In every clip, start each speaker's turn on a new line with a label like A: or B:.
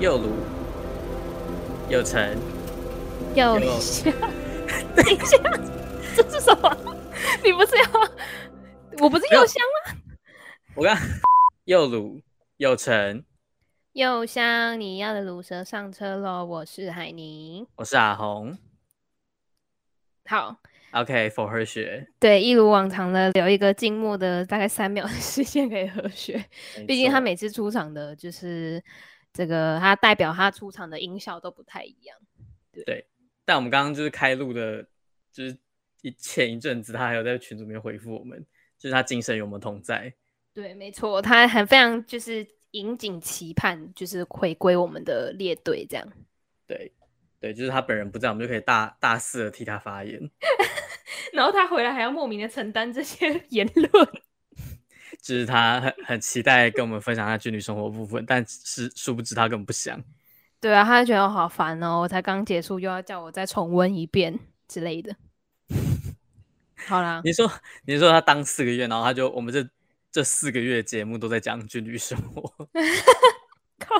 A: 右卢、右城、
B: 有
A: 有
B: 下， 等一下，这是什么？ 你不是要？我不是
A: 没有
B: 右香吗？
A: 我刚 右鲁、右城，
B: 右香，你要的卤蛇上车喽！我是海宁。
A: 我是阿红。
B: 好，
A: OK，for、her 学，
B: 对，一如往常的留一个静默的大概三秒的时间给何雪，
A: 没
B: 毕竟他
A: 错
B: 每次出场的就是这个，他代表他出场的音效都不太一样。
A: 但我们刚刚就是开录的，就是一前一阵子他还有在群组里面回复我们，就是他精神有我们同在。
B: 对，没错，他很非常就是引颈期盼，就是回归我们的列队这样。
A: 对，对，就是他本人不在，我们就可以大大肆的替他发言，
B: 然后他回来还要莫名的承担这些 言论。
A: 就是他很很期待跟我们分享他军旅生活部分，但是殊不知他根本不想。
B: 对啊，他就觉得我好烦哦，我才刚结束，又要叫我再重温一遍之类的。好啦，
A: 你说，你说他当四个月，然后他就我们这这四个月的节目都在讲军旅生活，
B: 靠，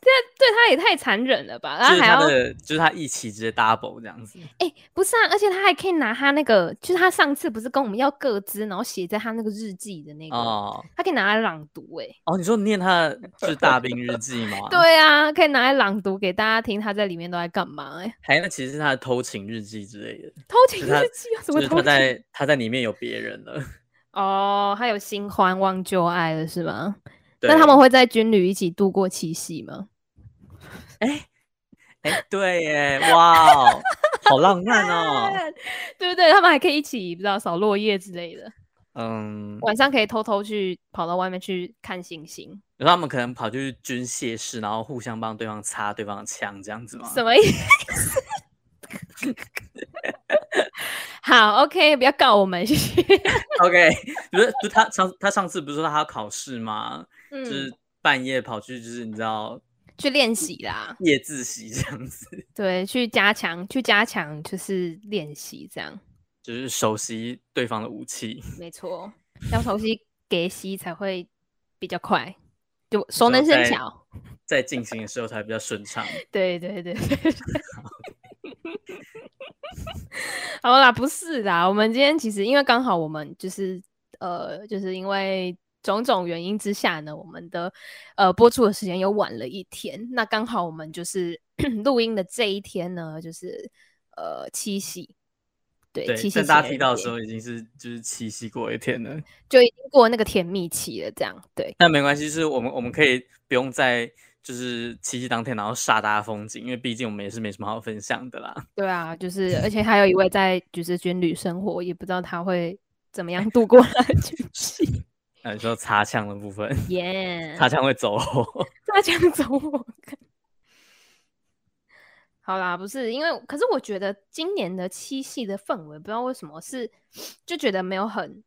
B: 这对他也太残忍了吧？然
A: 就
B: 后
A: 是
B: 啊还
A: 他
B: 要
A: 的，就是他一起直接 double 这样子。
B: 哎、不是啊，而且他还可以拿他那个，就是他上次不是跟我们要各自，然后写在他那个日记的那个，
A: 哦
B: 他可以拿来朗读、哎，？，
A: 哦，你说你念他的就是大兵日记吗
B: 对啊，可以拿来朗读给大家听，他在里面都在干嘛、哎，
A: 还有那其实是他的偷情日记之 类的，
B: 偷情
A: 是他
B: 日记有
A: 嗯
B: 什
A: 就
B: 么
A: 是
B: 偷
A: 他
B: 情？
A: 在他在里面有别人 了。
B: 哦，他有新欢忘旧爱了是吗？
A: 对
B: 那他们会在军旅一起度过七夕吗？
A: 哎、对耶，哇哦，好浪漫 哦。
B: 对不对？他们还可以一起不知道扫落叶之类的，
A: 嗯，
B: 晚上可以偷偷去跑到外面去看星星，
A: 然后他们可能跑去军械室，然后互相帮对方擦对方的枪，这样子吗？
B: 什么意思？ 好，OK，不要告我们，谢谢。
A: OK，不是，不是他上他上次不是说他要考试吗？就
B: 嗯
A: 是，半夜跑去，就是你知道
B: 去练习啦，
A: 夜自习这样子，
B: 对，去加强，去加强，就是练习这样，
A: 就是熟悉对方的武器。
B: 没错，要熟悉给息才会比较快，就熟
A: 然
B: 能
A: 后
B: 生
A: 在
B: 巧。
A: 在进行的时候才比较顺畅。
B: 对对对对。好啦，不是啦，我们今天其实因为刚好我们就是呃，就是因为种种原因之下呢，我们的呃播出的时间又晚了一天。那刚好我们就是 录音的这一天呢，就是呃七夕， 对
A: 对
B: 七，夕
A: 但大
B: 情
A: 家
B: 人
A: 听到的时
B: 节
A: 候已经是就是七夕过一天了，
B: 就已经过那个甜蜜期了，这样对。
A: 但没关系，就是我们我们可以不用在就是七夕当天然后煞大家风景，因为毕竟我们也是没什么好分享的啦。
B: 对啊，就是而且还有一位在就是军旅生活，也不知道他会怎么样度过他的 军期。
A: 那你说擦枪的部分，
B: 耶，
A: 擦枪会走火。
B: 他抢走我看。好啦，不是因为，可是我觉得今年的七夕的氛围，不知道为什么是就觉得没有很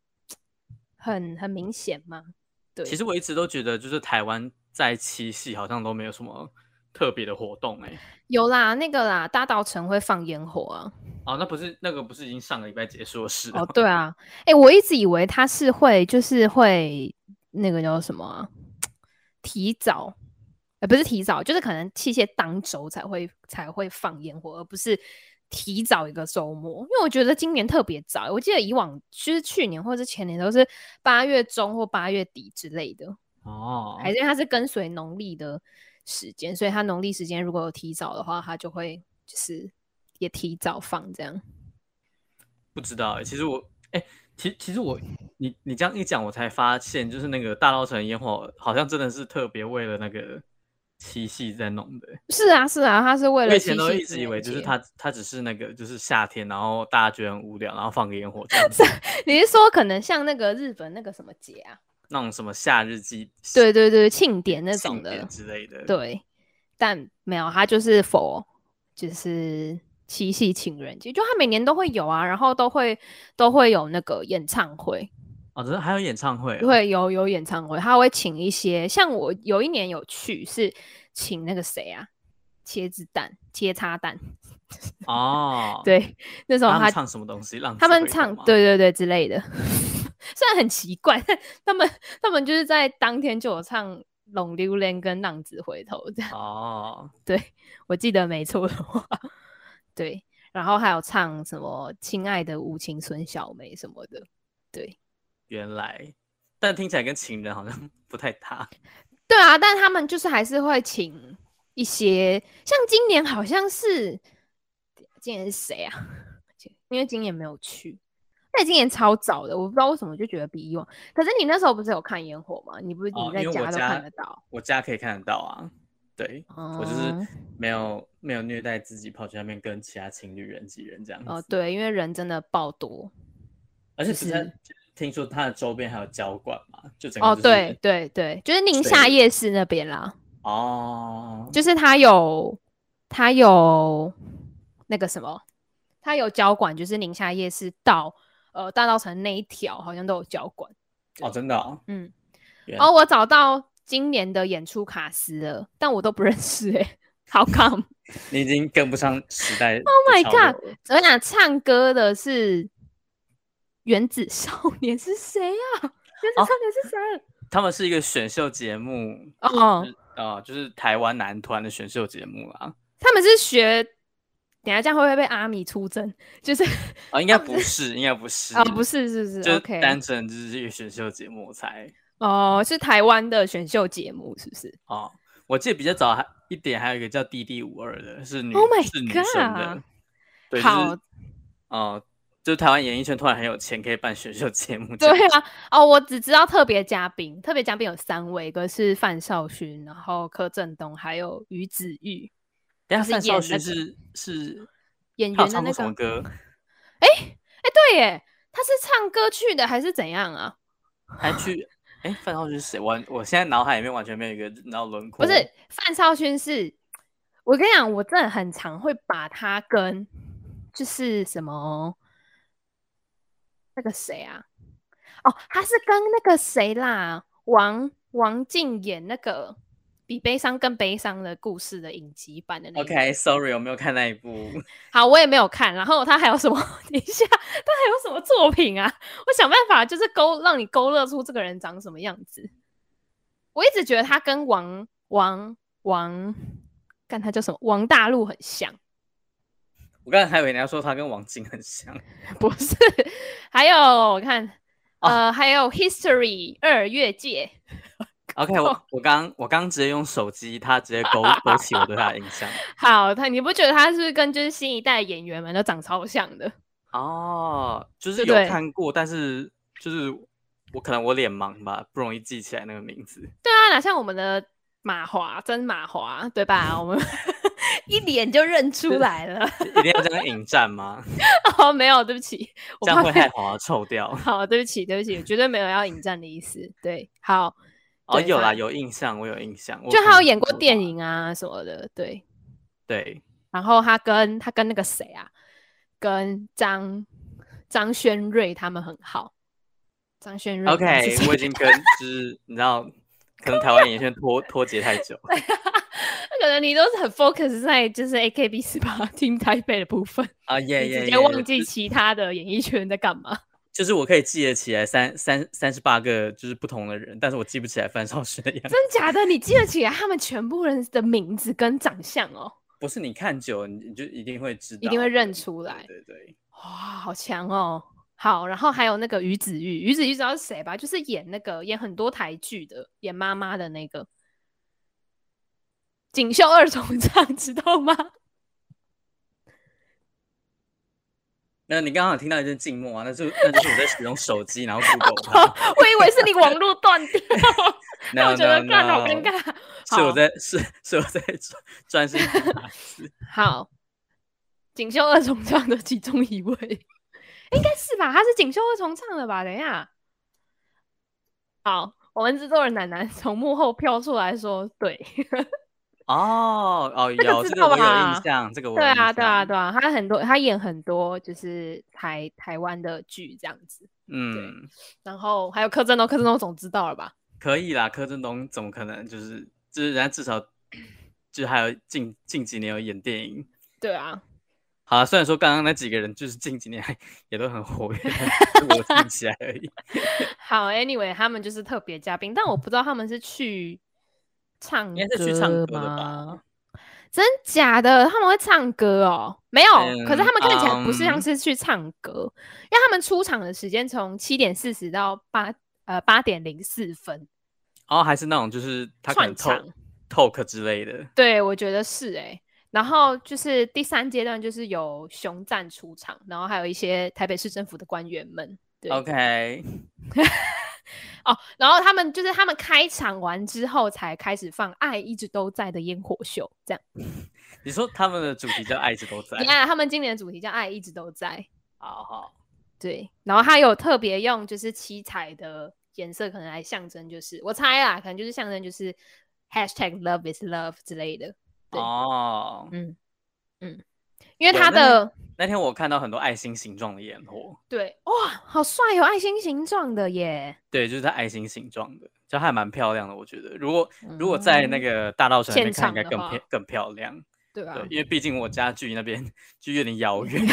B: 很很明显嘛。对，
A: 其实我一直都觉得，就是台湾在七夕好像都没有什么特别的活动哎、
B: 有啦，那个啦，大稻城会放烟火啊。
A: 哦，那不是那个不是已经上个礼拜结束的事了
B: 哦
A: 吗，
B: 对啊，哎、我一直以为他是会，就是会那个叫什么、啊，提早，呃，不是提早，就是可能器械当周才会才会放烟火，而不是提早一个周末。因为我觉得今年特别早，我记得以往就是去年或者是前年都是八月中或八月底之类的，
A: 哦，
B: 还是因为它是跟随农历的时间，所以它农历时间如果有提早的话，它就会就是也提早放这样。
A: 不知道欸，其实我，哎、其其实我，你你这样一讲，我才发现，就是那个大稻城烟火，好像真的是特别为了那个七夕在弄的欸。
B: 是啊，是啊，它是为
A: 我
B: 了
A: 以前
B: 七
A: 都
B: 夕
A: 一
B: 情
A: 直以
B: 人
A: 为，就是
B: 节
A: 它它只是那个就是夏天，然后大家觉得很无聊，然后放个烟火这样 子
B: 你是说可能像那个日本那个什么节啊？
A: 那种什么夏日祭，
B: 对对对，庆典那
A: 庆
B: 种
A: 典
B: 的，
A: 之类的。，
B: 对。但没有，他就是否就是七夕情人节，就他每年都会有啊，然后都会都会有那个演唱会，
A: 哦，真的还有演唱会哦、
B: 会有有演唱会，他会请一些像我有一年有去是请那个谁啊，茄子蛋切叉蛋，
A: 哦，，
B: 对，那时候
A: 他
B: 他
A: 们唱什么东西？让
B: 他们唱，对对对之 类的，虽然很奇怪，但他们他们就是在当天就有唱龙榴莲跟浪子回头这样。
A: 哦，
B: 我记得没错的话， 对，然后还有唱什么“亲爱的无情孙小梅”什么的，对，
A: 原来，但听起来跟情人好像 不太搭。
B: 对啊，但他们就是还是会请一些，像今年好像是今年是谁啊？ 因为今年没有去，那今年超早的，我不知道为什么就觉得比以往。可是你那时候不是有看烟火吗？你不是
A: 哦
B: 你在
A: 因为我
B: 家都
A: 家
B: 看得到？
A: 我家可以看得到啊，对我就是
B: 哦
A: 没有没有虐待自己，跑去那边跟其他情侣人挤人这样子。
B: 哦，对，因为人真的爆多
A: 而且
B: 就
A: 不是
B: 是
A: 听说它的周边还有交管嘛，就整个、
B: 哦，
A: 就是、
B: 对对对，就是宁夏
A: 水
B: 夜市那边啦。
A: 哦，
B: 就是他有他有那个什么，他有交管，就是宁夏夜市到呃大稻埕那一条好像都有交管。
A: 哦，真的哦，
B: 嗯，
A: 原来
B: 哦，我找到今年的演出卡司了，但我都不认识哎、好 come！
A: 你已经跟不上时代的
B: Oh my
A: 潮流了
B: 我想唱歌的是原子少年是谁啊？原子
A: 哦
B: 少年是谁？
A: 他们是一个选秀节目，
B: 哦，
A: 啊、就是台湾男团的选秀节目啦。
B: 他们是学，等一下这样会不会被阿米出征？就是
A: 啊、应该不是，应该不是
B: 哦啊、不，是，是是
A: 就
B: ，OK，
A: 单纯就是一个选秀节目我猜。
B: 哦，是台湾的选秀节目，是 不是？
A: 哦，我记得比较早还一点，还有一个叫《D D 五二》的，是女
B: Oh my
A: 是女生
B: God
A: 的，对，
B: 好，
A: 哦、就是台湾演艺圈突然很有钱，可以办选秀节目这样。
B: 对啊，哦，我只知道特别嘉宾，特别嘉宾有三位，一个是范少勋，然后柯震东，还有于子玉，
A: 等一
B: 就是
A: 下范少
B: 演
A: 勋
B: 那个
A: 是是
B: 演
A: 他有
B: 员的
A: 唱
B: 那
A: 过什
B: 个
A: 么。歌？
B: 哎，对耶，他是唱歌去的还是怎样啊？
A: 还去哎，范少勋是谁？我我现在脑海里面完全没有一个脑轮廓。
B: 不是范少勋是，我跟你讲，我真的很常会把他跟就是什么那个谁啊，哦，他是跟那个谁啦，王王静演那个比悲伤更悲伤的故事的影集版的那一个
A: ，OK，Sorry，我没有看那一部。
B: 好，我也没有看。然后他还有什么？ 等一下，他还有什么作品啊？我想办法就是勾让你勾勒出这个人长什么样子。我一直觉得他跟王王王，干他叫什么？王大陆很像，
A: 我刚才还以为你要说他跟王晶很 像。
B: 不是？还有我看，
A: 哦
B: 呃，还有 History 二越界，
A: OK，我我刚我刚直接用手机，他直接勾勾起我对他的印象。
B: 好，他你不觉得他是不是跟就是新一代演员们都长超像的？
A: 哦，就是
B: 对
A: 有
B: 对
A: 看过，但是就是我可能我脸盲吧，不容易记起来那个名字。
B: 对啊，哪像我们的马华，真马华，对吧？我们 一脸就认出来了。
A: 一定要这样引战 吗？
B: 哦，没有，对不起，我
A: 这样
B: 怕。
A: 会害华臭 掉
B: 好，对不起，对不起，我绝对没有要引战的意思。对，好，
A: 哦，
B: 对
A: 有啦，
B: 反
A: 有印象，我有印象。我
B: 就
A: 可
B: 他有
A: 能
B: 演过
A: 我
B: 电影啊什么的，对。
A: 对，
B: 然后他跟他跟那个谁啊，跟张张轩瑞他们很好。张轩瑞
A: OK，
B: 我
A: 我已经跟就是你知道，可能台湾演艺圈脱脱节太 久。
B: 可能你都是很 focus 在就是 AKB 四八 Team 台北的部分，
A: 啊，也
B: 你
A: 也
B: 直
A: 也
B: 接忘记
A: 就
B: 其他的演艺圈在干嘛。
A: 就是我可以记得起来三三三十八个就是不同的人，但是我记不起来范少勋的样子。
B: 真假的？你记得起来他们全部人的名字跟长相哦？
A: 不是你看久了，你你就一定会知道，
B: 一定会认
A: 对
B: 出来
A: 对对对，
B: 哇，好强哦！好，然后还有那个于子玉，于子玉知道是谁吧？就是演那个演很多台剧的，演妈妈的那个《锦绣二重唱》，知道吗？
A: 那你刚刚有听到一阵静默啊，那就那就是我在使用手机，然后 Google 它。
B: 我以为是你网络断掉，但我
A: No
B: 觉得
A: no
B: 看好
A: no
B: 尴尬。
A: 是我
B: 好
A: 在是是我在专专心听它
B: 好，《锦绣二重唱》的其中一位，应该是吧？他是《锦绣二重唱》的吧？等一下，好，我们制作人奶奶从幕后飘出来说，对。
A: 哦哦，
B: 这个
A: 有
B: 知
A: 这
B: 道
A: 个我有
B: 吧
A: 印象，这个我
B: 对
A: 有印
B: 啊，对啊，
A: 象
B: 对啊，他很多，他演很多就是台台湾的剧这样子，
A: 嗯，
B: 然后还有柯震东，柯震东总知道了吧？
A: 可以啦，柯震东怎么可能就是就是人家至少就是还有近近几年有演电影。
B: 对啊，
A: 好啦，虽然说刚刚那几个人就是近几年还也都很活跃，但是我记不 起来而已。
B: 好，anyway，他们就是特别嘉宾，但我不知道他们是去唱
A: 应该是去唱歌的
B: 吗
A: 吧？
B: 真假的？他们会唱歌哦？没有，可是他们看起来不是像
A: 嗯
B: 是去唱歌，因为他们出场的时间从七点四十到八呃八点零四分。
A: 然哦后还是那种就是他可能
B: 串
A: talk talk 之类的，
B: 对，我觉得是哎、然后就是第三阶段就是有熊赞出场，然后还有一些台北市政府的官员们。对
A: OK，
B: 哦，然后他们就是他们开场完之后才开始放《爱一直都在》的烟火秀，这样。
A: 你说他们的主题叫爱一直都在
B: 你，看他们今年的主题叫《爱一直都在》，
A: 好好，
B: 对，然后他有特别用就是七彩的颜色，可能来象征，就是我猜啦，可能就是象征就是 hashtag love is love 之类的， 对
A: 哦，
B: 嗯嗯，因为
A: 有那
B: 他
A: 个
B: 的
A: 那天我看到很多爱心形状的烟火，
B: 对哇，好帅，有爱心形状的耶，
A: 对，就是它爱心形状的，就还蛮漂亮的。我觉得，如果如果在那
B: 嗯
A: 个大道城那边
B: 现
A: 看，应该
B: 场的
A: 更
B: 话
A: 漂更漂亮。
B: 对啊
A: 对，，
B: 嗯
A: 因为毕竟我家距离那边 就有点遥远。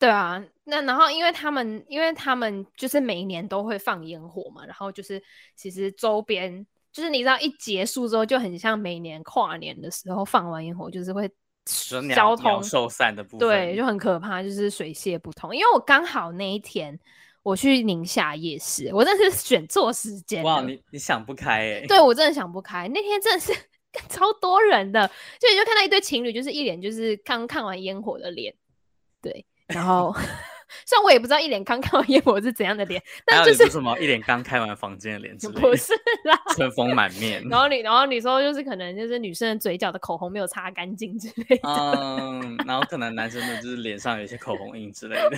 B: 对啊，那然后因为他们，因为他们就是每一年都会放烟火嘛，然后就是其实周边，就是你知道一结束之后，就很像每年跨年的时候放完烟火，就是会
A: 就是鸟
B: 交
A: 鸟
B: 通
A: 兽散的部分，
B: 对，就很可怕，就是水泄不通。因为我刚好那一天我去宁夏夜市，我真的是选错时间
A: 哇，
B: 了
A: 你你想不开哎、欸，
B: 对我真的想不开，那天真的是 超多人的，就你就看到一对情侣，就是一脸就是刚看完烟火的脸，对，然 后虽然我也不知道一脸刚看完烟火是怎样的脸，
A: 还
B: 但
A: 有
B: 就
A: 你说
B: 是
A: 什么一脸刚开完房间的 脸之类
B: 不
A: 的，
B: 是啦。
A: 春风满面。
B: 然后你，然后你说就是可能就是女生的嘴角的口红没有擦干净之类的，
A: 嗯，然后可能男生的就是脸上有一些口红印之类的。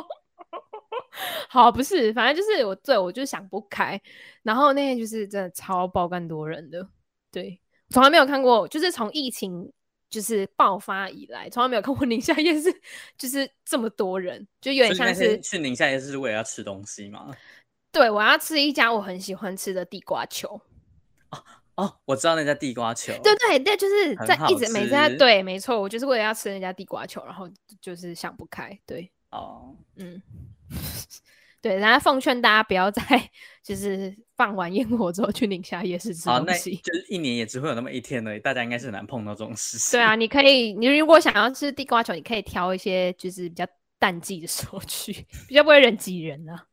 B: 好，不是，反正就是我对我就想不开，然后那天就是真的超爆干多人的，对，从来没有看过，就是从疫情就是爆发以来，从来没有看过宁夏夜市就是这么多人，就有
A: 所
B: 点
A: 以
B: 像
A: 那
B: 是
A: 天去宁夏夜市是为了要吃东西吗？
B: 对我要吃一家我很喜欢吃的地瓜球，
A: 哦，我知道那家地瓜球。
B: 对对对，就是
A: 很
B: 在
A: 好
B: 一直每次在
A: 吃
B: 对，没错，我就是为了要吃人家地瓜球，然后就是想不开，对，
A: 哦，
B: 嗯， 对，然后奉劝大家不要再就是放完烟火之后去宁夏夜市吃
A: 好，那
B: 东西。
A: 就是一年也只会有那么一天而已，大家应该是很难碰到这种事情。
B: 对啊，你可以，你如果想要吃地瓜球，你可以挑一些就是比较淡季的时候去， 比较不会人挤 人啊。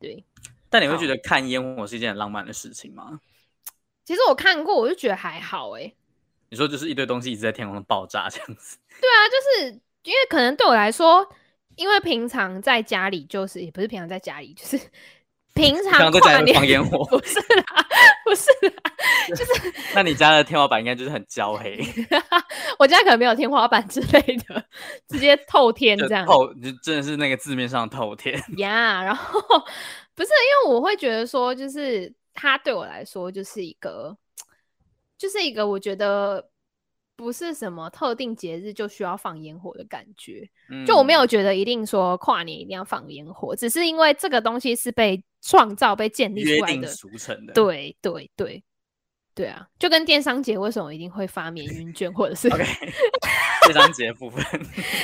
B: 对，
A: 但你会
B: 好
A: 觉得看烟火是一件很浪漫的事情吗？
B: 其实我看过，我就觉得还好哎、
A: 你说就是一堆东西一直在天空中爆炸这样子，
B: 对啊，就是因为可能对我来说，因为平常在家里就是也不是平常在家里，就是 平常
A: 常在家
B: 跨
A: 里会
B: 年
A: 放烟火
B: 不是啦，不是啦，
A: 那你家的天花板应该就是很焦黑，
B: 我家可能没有天花板之类的，直接透天
A: 就
B: 这样。
A: 透，就真的是那个字面上的透天。
B: 呀然后不是因为我会觉得说，就是它对我来说就是一个，就是一个我觉得不是什么特定节日就需要放烟火的感觉。就我
A: 嗯
B: 没有觉得一定说跨年一定要放烟火，只是因为这个东西是被创造、被建
A: 嗯
B: 立
A: 约
B: 出来
A: 定
B: 的。
A: 俗成的。
B: 对对对。对啊，就跟电商节为什么一定会发免运券，或者是
A: ，OK，这张节部分，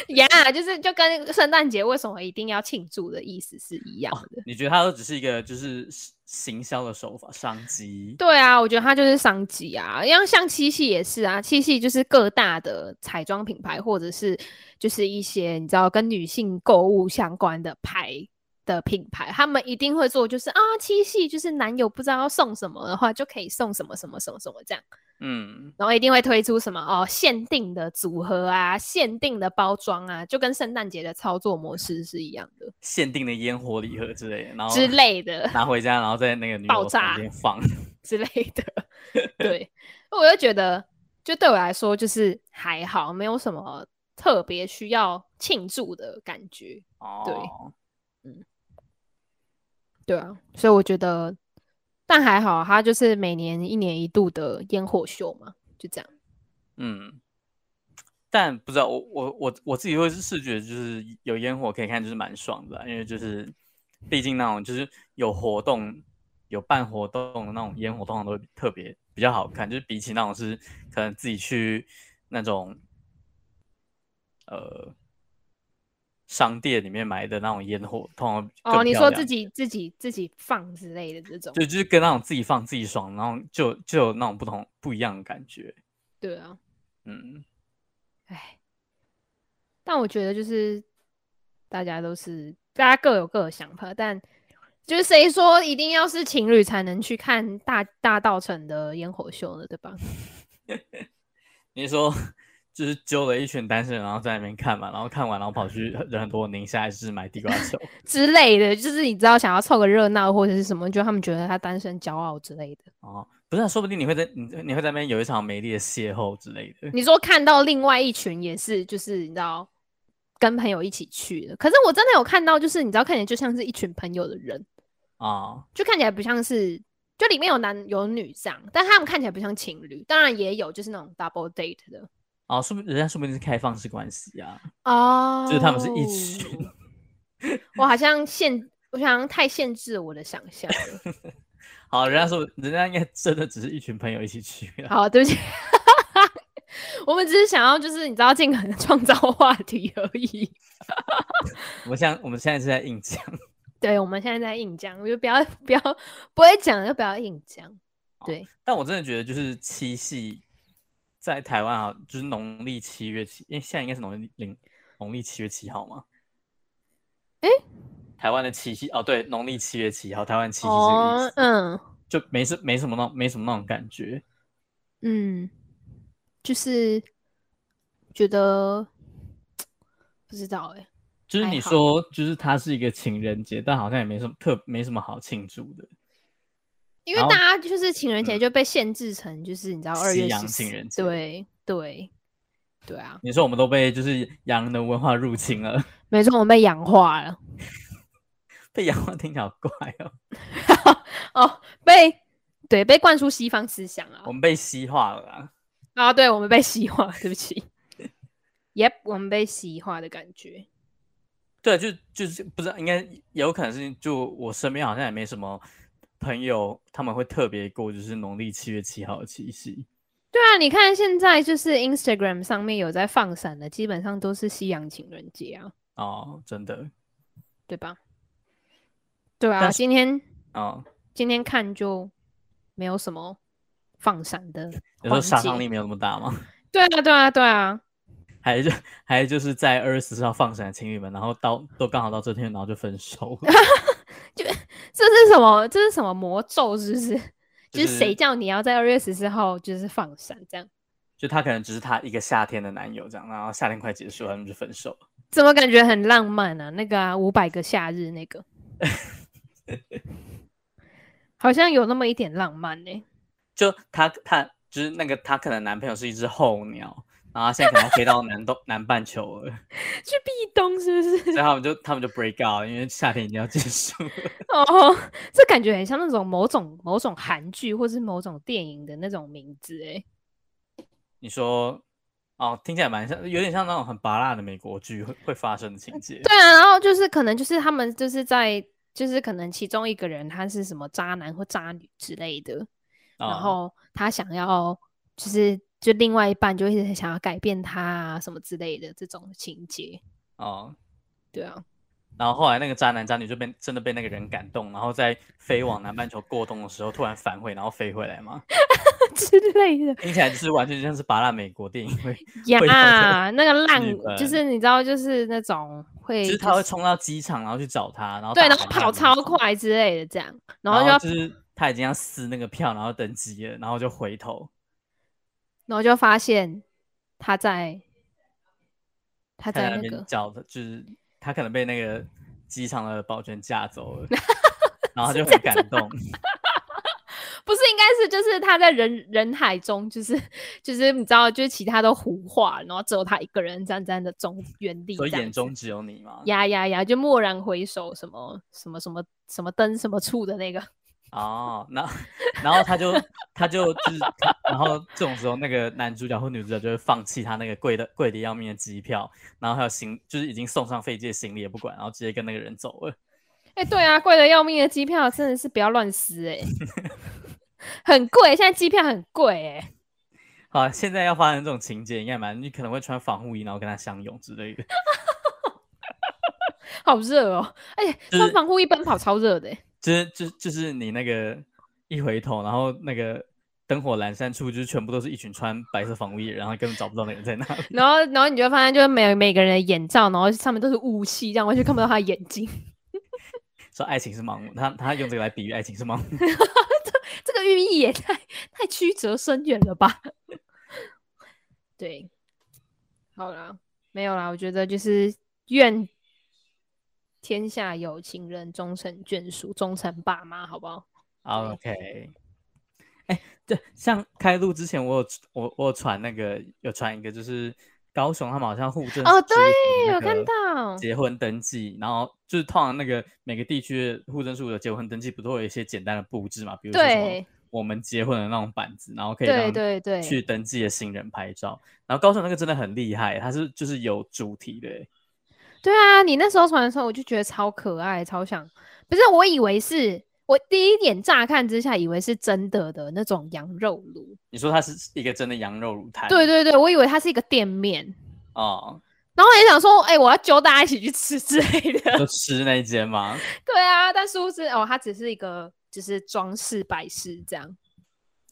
B: 呀 就是就跟圣诞节为什么一定要庆祝的意思是一样的。
A: 你觉得它都只是一个就是行销的手法、商机？
B: 对啊，我觉得它就是商机啊，因为像七系也是啊，七系就是各大的彩妆品牌或者是就是一些你知道跟女性购物相关的牌的品牌，他们一定会做，就是啊，七系就是男友不知道要送什么的话，就可以送什么什么什么什么这样，
A: 嗯，
B: 然后一定会推出什么哦限定的组合啊，限定的包装啊，就跟圣诞节的操作模式是一样的
A: 限定的烟火礼盒之类的，然后
B: 之类的。
A: 拿回家，然后在那个女
B: 爆
A: 友房
B: 炸
A: 间 放。
B: 之类的。对，我就觉得，就对我来说，就是还好，没有什么特别需要庆祝的感觉。
A: 哦，
B: 对啊，所以我觉得，但还好，它就是每年一年一度的烟火秀嘛，就这样。
A: 嗯。但不知道我我我我自己会是视觉，就是有烟火可以看，就是蛮爽的啊、因为就是毕竟那种就是有活动、有办活动的那种烟火，通常都会特别比较好看，就是比起那种是可能自己去那种呃商店里面买的那种烟火，通常
B: 哦，
A: 更
B: 你
A: 漂
B: 说
A: 亮
B: 自己自己自己放之类的这种，
A: 对，就是跟那种自己放自己爽，然后就就有那种不同不一样的感觉。
B: 对啊，
A: 嗯，
B: 哎，但我觉得就是大家都是大家各有各的想法，但就是谁说一定要是情侣才能去看大大道城的烟火秀呢？对吧？
A: 你是说就是揪了一群单身人，然后在那边看嘛，然后看完然后跑去人很多宁夏夜市买地瓜球。
B: 之类的，就是你知道想要凑个热闹或者是什么，就他们觉得他单身骄傲之类的。
A: 哦，不是啊、说不定你会在你你会在那边有一场美丽的邂逅之类的。
B: 你说看到另外一群也是，就是你知道跟朋友一起去的，可是我真的有看到，就是你知道看起来就像是一群朋友的人，
A: 啊、
B: 就看起来不像是，就里面有男有女这样，但他们看起来不像情侣，当然也有就是那种 double date 的
A: 啊，说不人家说不定是开放式关系啊，
B: 哦
A: 就是他们是一群。
B: 我好像限，我好像太限制了我的想象了。
A: 好，人家说人家应该真的只是一群朋友一起去 啊。
B: 好，对不起， 我们只是想要就是你知道尽可能创造话题而已。
A: 我们像我们现在是在硬讲，
B: 对，我们现在在硬讲，就不要 不要不会讲就不要硬讲。对，
A: 但我真的觉得就是七夕在台湾啊，就是农历七月七，因为现在应该是农历零农历七月七号嘛。
B: 诶
A: 台湾的七夕哦，对，农历七月七号，台湾七夕这个意
B: 哦
A: 思，，
B: 嗯
A: 就没什没什么那种没什么那种感觉。
B: 嗯，就是觉得不知道哎、
A: 就是
B: 还
A: 你
B: 好
A: 说，就是它是一个情人节，但好像也没什么特没什么好庆祝的。
B: 因为
A: 然后
B: 大家就是情人节就被限制成就是你知道二
A: 西
B: 月
A: 洋
B: 十
A: 嗯情
B: 四
A: 人节
B: 对对对啊，
A: 你说我们都被就是洋人的文化入侵了，
B: 没错，我们被氧化了
A: 被洋化听起来好怪哦，
B: 哦，被对被灌输西方思想啊
A: 我，们被西化了啦。
B: 啊，对，我们被西化，对不起 ，Yep，我们被西化的感觉。
A: 对，就就是不知道，应该有可能是就我身边好像也没什么朋友，他们会特别过就是农历七月七号的七夕。
B: 对啊，你看现在就是 Instagram 上面有在放闪的，基本上都是西洋情人节啊，
A: 哦，真的
B: 对吧？对啊，
A: 但是
B: 今天
A: 哦，
B: 今天看就没有什么放闪的
A: 有时候
B: 环
A: 杀伤
B: 节
A: 力没有那么大吗？
B: 对啊，对啊，对啊，
A: 还就还就是在二月十四号放闪的情侣们，然后到都刚好到这天，然后就分手了。
B: 这是什么？这是什么魔咒？是不是？
A: 就
B: 就是谁
A: 是
B: 叫你要在二月十四号就是放闪这样？
A: 就她可能只是她一个夏天的男友这样，然后夏天快结束了，他们就分手了。
B: 怎么感觉很浪漫啊？那个啊，五百个夏日那 个，好像有那么一点浪漫欸呢、
A: 就她她就是那个她可能男朋友是一只候鸟，然后她现在可能要飞到南东 南半球了，
B: 去壁咚是不
A: 所以
B: 是？
A: 他们就他们就 break out，因为夏天已经要结束 了。
B: 哦，这感觉很像那种某种某种韩剧或是某种电影的那种名字哎、
A: 你说哦，听起来蛮像，有点像那种很拔辣的美国剧会会发生的情节。
B: 对啊，然后就是可能就是他们就是在就是可能其中一个人他是什么渣男或渣女之类的，
A: 啊，
B: 然后他想要就是就另外一半就一直想要改变他啊什么之类的这种情节，
A: 哦，
B: 对啊，
A: 然后后来那个渣男渣女就被真的被那个人感动，然后在飞往南半球过冬的时候突然反悔，然后飞回来嘛，
B: 之类的
A: 听起来就是完全像是拔辣美国电影会有的
B: 呀，那个
A: 日
B: 烂就
A: 本
B: 是你知道就是那种会
A: 就是
B: 就
A: 他会
B: 是
A: 冲到机场，然后去找他，然后
B: 对，
A: 大
B: 然后
A: 喊他
B: 跑
A: 的
B: 超
A: 名字，
B: 快之类的这样，然
A: 然
B: 后就要
A: 就是他已经要撕那个票，然后等急了，然后就回头，
B: 然后就发现他在
A: 他
B: 他
A: 在
B: 在
A: 那
B: 那
A: 边
B: 个
A: 叫的，就是他可能被那个机场的保全架走 了，然后他就
B: 是这
A: 很
B: 样
A: 感动，
B: 不是，应该是就是他在人人海中，就是 就是你知道，就是其他都胡话，然后只有他一个人站在的中原地这
A: 所以
B: 样子，
A: 眼中只有你嘛。
B: 呀呀呀，就蓦然回首，什么什么什么什么灯什么处的那个，
A: 哦，那然后他就他就就是他，然后这种时候，那个男主角或女主角就会放弃他那个贵的贵的要命的机票，然后还有行就是已经送上飞机的行李也不管，然后直接跟那个人走了。
B: 哎、对啊，贵的要命的机票真的是不要乱撕哎、很贵，现在机票很贵哎、
A: 好啊，现在要发生这种情节，应该蛮你可能会穿防护衣，然后跟他相拥之类的。
B: 好热哦！而且
A: 就是
B: 穿防护衣奔跑超热的欸，
A: 就是就就是你那个一回头，然后那个灯火阑珊处，就是全部都是一群穿白色防护衣的，然后根本找不到那个人在哪里。
B: 然后然后你就会发现，就是每每个人的眼罩，然后上面都是雾气，这样完全看不到他的眼睛。
A: 说爱情是盲目，他他用这个来比喻爱情是盲目。
B: 这个寓意也太太曲折深远了吧？ 对，好啦，没有啦，我觉得就是愿天下有情人终成眷属，终成爸妈，好不好？
A: OK，哎，对，像开录之前，我有我我有传那个有传一个，就是高雄他们好像户政
B: 哦
A: 事务
B: 对
A: 所那
B: 我看
A: 个
B: 到
A: 结婚登记，然后就是通常那个每个地区的户政事务所结婚登记不都会有一些简单的布置嘛，比如说什么
B: 对
A: 我们结婚的那种板子，然后可以
B: 对
A: 让
B: 对对，
A: 去登记的新人拍照。然后高雄那个真的很厉害，它是就是有主题的欸，
B: 对啊，你那时候传的时候，我就觉得超可爱，超想，不是我以为是我第一眼乍看之下以为是真的的那种羊肉炉，
A: 你说它是一个真的羊肉乳摊，
B: 对对对，我以为它是一个店面，
A: 哦，
B: 然后也想说，哎、我要揪大家一起去吃之类的，
A: 就吃那一间嘛。
B: 对啊，但殊不知哦，它只是一个就是装饰摆饰这样。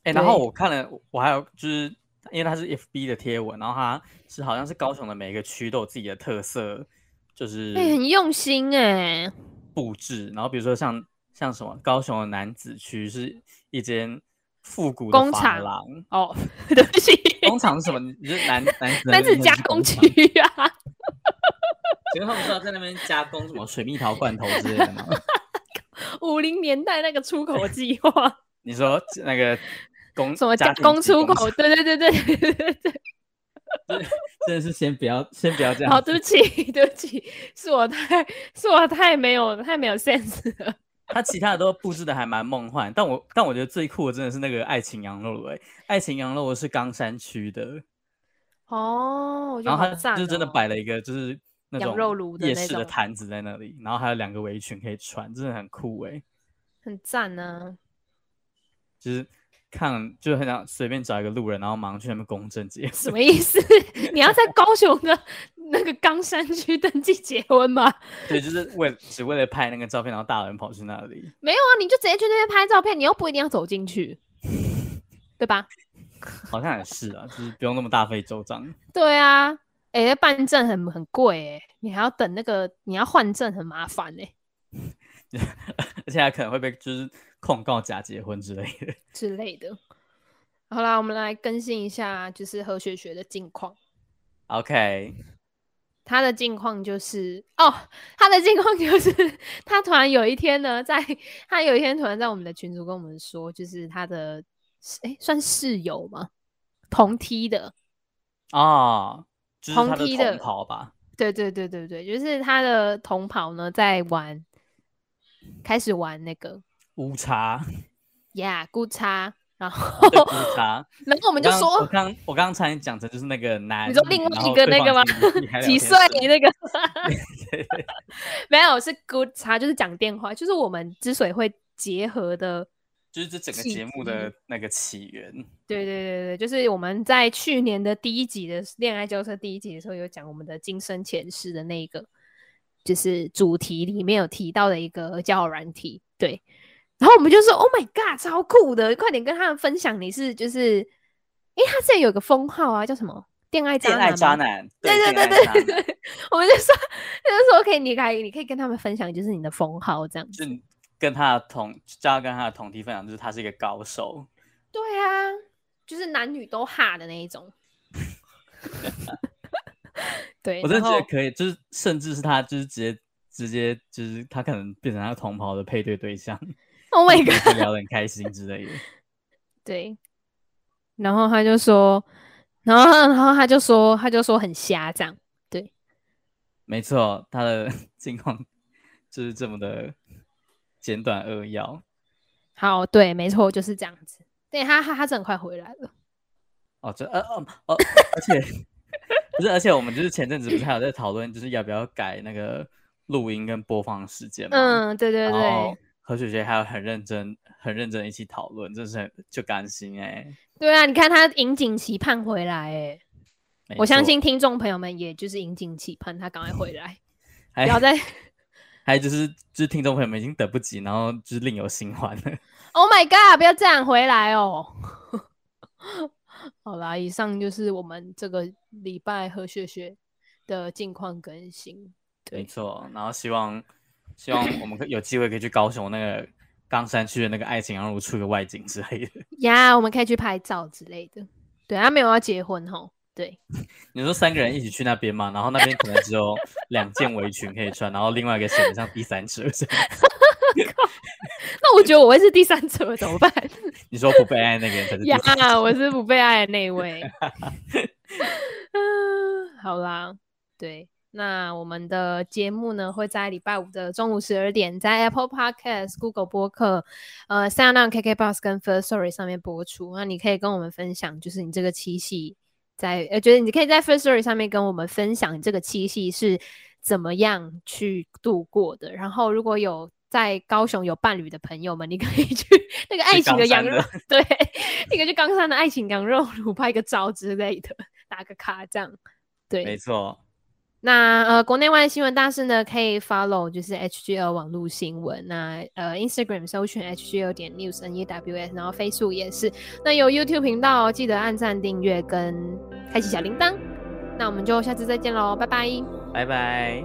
A: 哎、然后
B: 对
A: 我看了，我还有就是因为它是 FB 的贴文，然后它是好像是高雄的每一个区都有自己的特色，就是
B: 哎、很用心哎、
A: 布置。然后比如说像像什么高雄的南子区是一间复古的
B: 工
A: 发
B: 厂
A: 廊，
B: 哦，对不起，
A: 工厂是什么？你是南南 子的
B: 那
A: 那
B: 是
A: 边
B: 加
A: 是
B: 工
A: 厂
B: 区啊，
A: 请问他们知道在那边加工什么水蜜桃罐头之类的吗？
B: 五零年代那个出口计划，
A: 你说那 个工
B: 什么加
A: 庭
B: 工
A: 级
B: 出
A: 厂
B: 口，对对对对对对对。
A: 真的是先不要先不要这样。
B: 好，对不起， 对不起，是我太是我太没有太没有 sense 了。
A: 它其他的都布置的还蛮梦幻，但我但我觉得最酷的真的是那个爱情羊肉炉、欸，爱情羊肉炉是冈山区的，
B: 哦，我觉
A: 然
B: 得
A: 后
B: 好赞、
A: 它
B: 哦，
A: 就真的摆了一个就是那种
B: 羊肉炉的
A: 夜
B: 那
A: 市的
B: 种
A: 摊子在那里，然后还有两个围裙可以穿，真的很酷哎、
B: 很赞啊呢、
A: 就是看就是很想随便找一个路人，然后马上去那边公证 结
B: 什
A: 婚，
B: 么意思？ 你要在高雄的那个冈山区登记结婚吗？
A: 对，就是为只为了拍那个照片，然后大人跑去那里，
B: 没有啊，你就直接去那边拍照片，你又不一定要走进去，对吧？
A: 好像也是啊，就是不用那么大费周章。
B: 对啊，哎、办证很很贵哎、你还要等那个，你要换证很麻烦哎、
A: 而且还可能会被就是控告假结婚之类的。
B: 之类的。好啦，我们来更新一下，就是何雪雪的近况。
A: OK，
B: 他的近况就是哦，他的近况就是他突然有一天呢，在他有一天突然在我们的群组跟我们说，就是他的哎、算室友吗？同梯的，
A: 哦，就是
B: 同
A: 他的
B: 梯的
A: 同袍吧？
B: 对对对对对，就是他的同袍呢在玩，开始玩那个
A: 乌叉，
B: 呀咕叉，然后
A: 对乌叉。
B: 然后我
A: 我
B: 们就
A: 刚我
B: 说
A: 刚我刚才讲成就是那个男，
B: 你说另外一个那个吗？几岁那 个没有是咕叉，就是讲电话，就是我们之所以会结合的。
A: 就是这整个
B: 契
A: 节目
B: 机
A: 的那个起源。
B: 对对对对，就是我们在去年的第一集的恋爱交涉第一集的时候，有讲我们的今生前世的那一个，就是主题里面有提到的一个交友软体，对。然后我们就说，Oh my god，超酷的！快点跟他们分享你是就是，因为他之前有个封号啊，叫什么“恋爱渣
A: 恋
B: 男”
A: 爱
B: 吗
A: 渣男，
B: 对对
A: 恋
B: 对
A: 爱渣
B: 对
A: 男
B: 对，我们就说，就是说可以，你可以，你可以跟他们分享，就是你的封号这样子。
A: 就是你跟他的同，就要跟他的同梯分享，就是他是一个高手。
B: 对啊，就是男女都哈的那一种。
A: 我
B: 对，
A: 真的
B: 然
A: 觉得
B: 后
A: 可以，就是甚至是他就是直接直接就是他可能变成他同袍的配对对象，
B: Oh my
A: 就
B: god！
A: 是聊得很开心之类的。
B: 对，然后他就说，然后然后他就说，他就说很瞎这样。
A: 没错，他的 近况就是这么的简短扼要。
B: 好，对，没错，就是这样子。对他，他他真的快回来了。
A: 哦，这呃哦哦，而且不是，而且我们就是前阵子不是还有在讨论，就是要不要改那个录音跟播放时间嘛？，
B: 嗯，对对
A: 然后
B: 对，
A: 何雪雪还有很认真、很认真地一起讨论，真是很就甘心哎、
B: 对啊，你看他引颈期盼回来，哎，
A: 没
B: 我相
A: 错
B: 信听众朋友们也就是引颈期盼他赶快回来，
A: 还
B: 不要再
A: 还有就是就是听众朋友们已经等不及，然后就是另有新欢了。
B: Oh my god！不要这样回来哦。 好啦，以上就是我们这个礼拜和雪雪的近况更新。对
A: 没错，然后希望希望我们可有机会可以去高雄那个冈山区的那个爱情羊肉出个外景之类的。
B: 呀我们可以去拍照之类的。对，啊他没有要结婚吼。对，
A: 你说三个人一起去那边嘛，然后那边可能只有两件围裙可以穿，然后另外一个显得像第三者这样。
B: 那我觉得我会是第三者，怎么办？
A: 你说不被爱那个人才是第
B: 呀
A: 三者。
B: 我是不被爱的那一位。嗯好啦，对，那我们的节目呢会在礼拜五的中午十二点，在 Apple Podcast、Google 播客、呃 SoundOn、KKBox 跟 First Story 上面播出。那你可以跟我们分享，就是你这个七夕在，呃，觉得你可以在 First Story 上面跟我们分享你这个七夕是怎么样去度过的。然后如果有在高雄有伴侣的朋友们，你可以去 那个爱情
A: 冈
B: 的
A: 山
B: 羊肉，对，你可以去冈山的爱情羊肉炉拍个照之类的，打个卡这样。对，
A: 没错，
B: 那呃，国内外新闻大事呢，可以 follow 就是 HGL 网络新闻，那呃 Instagram 搜寻 HGL 点 news n e w s，然后飞速也是，那有 YouTube 频道哦，记得按赞、订阅跟开启小铃铛，那我们就下次再见喽，拜拜。
A: 拜拜。